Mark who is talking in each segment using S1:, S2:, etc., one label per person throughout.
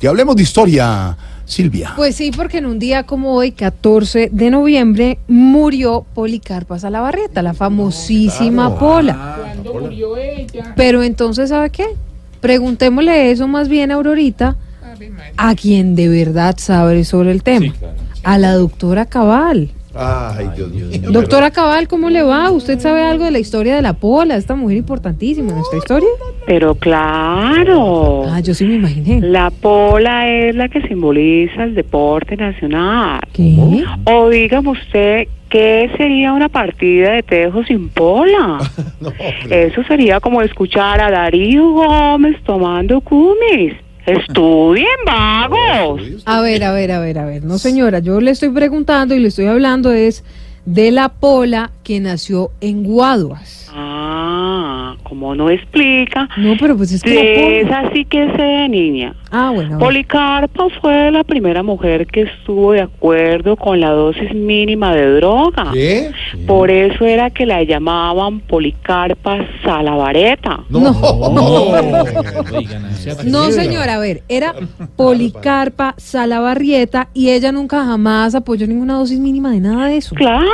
S1: Que hablemos de historia, Silvia.
S2: Pues sí, porque en un día como hoy, 14 de noviembre, murió Policarpa Salabarrieta, la famosísima
S1: claro.
S2: Pola.
S3: Cuando murió ella.
S2: Pero entonces, ¿sabe qué? Preguntémosle eso más bien a Aurorita,
S3: Ave María.
S2: a quien de verdad sabe sobre el tema, a la doctora Cabal.
S1: Ay, Dios mío.
S2: Doctora Cabal, ¿cómo le va? ¿Usted sabe algo de la historia de la Pola, esta mujer importantísima en nuestra historia?
S4: Pero claro,
S2: Ah, yo sí me imaginé.
S4: la pola es la que simboliza el deporte nacional.
S2: ¿Qué?
S4: O dígame usted, ¿qué sería una partida de tejo sin pola?
S2: Ah.
S1: No, hombre.
S4: Eso sería como escuchar a Darío Gómez tomando cumis. Estudien, vagos.
S2: A ver, a ver, a ver, a ver. No, señora, yo le estoy preguntando y le estoy hablando es de la Pola que nació en Guaduas.
S4: Ah, como no explica.
S2: No, pero pues es que
S4: Es
S2: la Pola.
S4: así que sé, niña.
S2: Ah, bueno. bueno.
S4: Policarpa fue la primera mujer que estuvo de acuerdo con la dosis mínima de droga.
S1: ¿Qué?
S4: Por eso era que la llamaban Policarpa Salavareta.
S2: Ah.
S1: No. Oh.
S2: No, señora, a ver, era Policarpa Salabarrieta y ella nunca jamás apoyó ninguna dosis mínima de nada de eso.
S4: Claro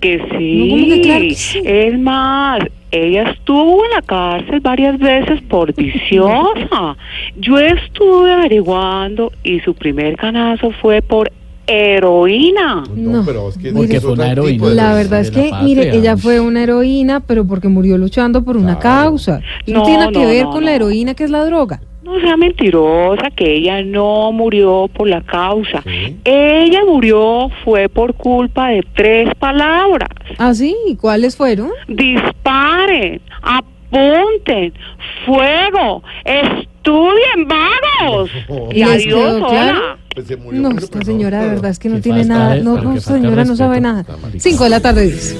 S4: que sí.
S2: No, ¿cómo que claro que sí?
S4: Es más, ella estuvo en la cárcel varias veces por viciosa. Yo estuve averiguando y su primer canazo fue por heroína.
S2: No,
S1: pero es que
S2: Porque
S1: es
S5: fue
S1: otro
S5: una heroína.
S1: tipo de
S2: La
S5: Pues,
S2: verdad es
S5: de la
S2: que, mire,
S5: patria.
S2: ella fue una heroína, pero porque murió luchando por una causa. No,
S4: No,
S2: tiene nada que
S4: no,
S2: ver
S4: no,
S2: con la
S4: no.
S2: heroína que es la droga.
S4: No sea mentirosa, que ella no murió por la causa.
S1: Sí.
S4: Ella murió fue por culpa de tres palabras.
S2: ¿Ah, sí? ¿Y cuáles fueron?
S4: Disparen, apunten, fuego, estudien vagos.
S1: Oh,
S4: Y
S2: ¿Les
S4: adiós,
S2: quedó
S4: hola.
S2: claro?
S1: pues se murió,
S2: No,
S1: pero-
S2: esta
S1: pero-
S2: señora de verdad es que no
S5: Que
S2: tiene
S5: falta
S2: nada.
S5: de-
S2: No,
S5: porque
S2: no,
S5: falta
S2: señora no sabe
S5: respeto.
S2: nada.
S5: Está mal.
S2: Cinco de la tarde. diez.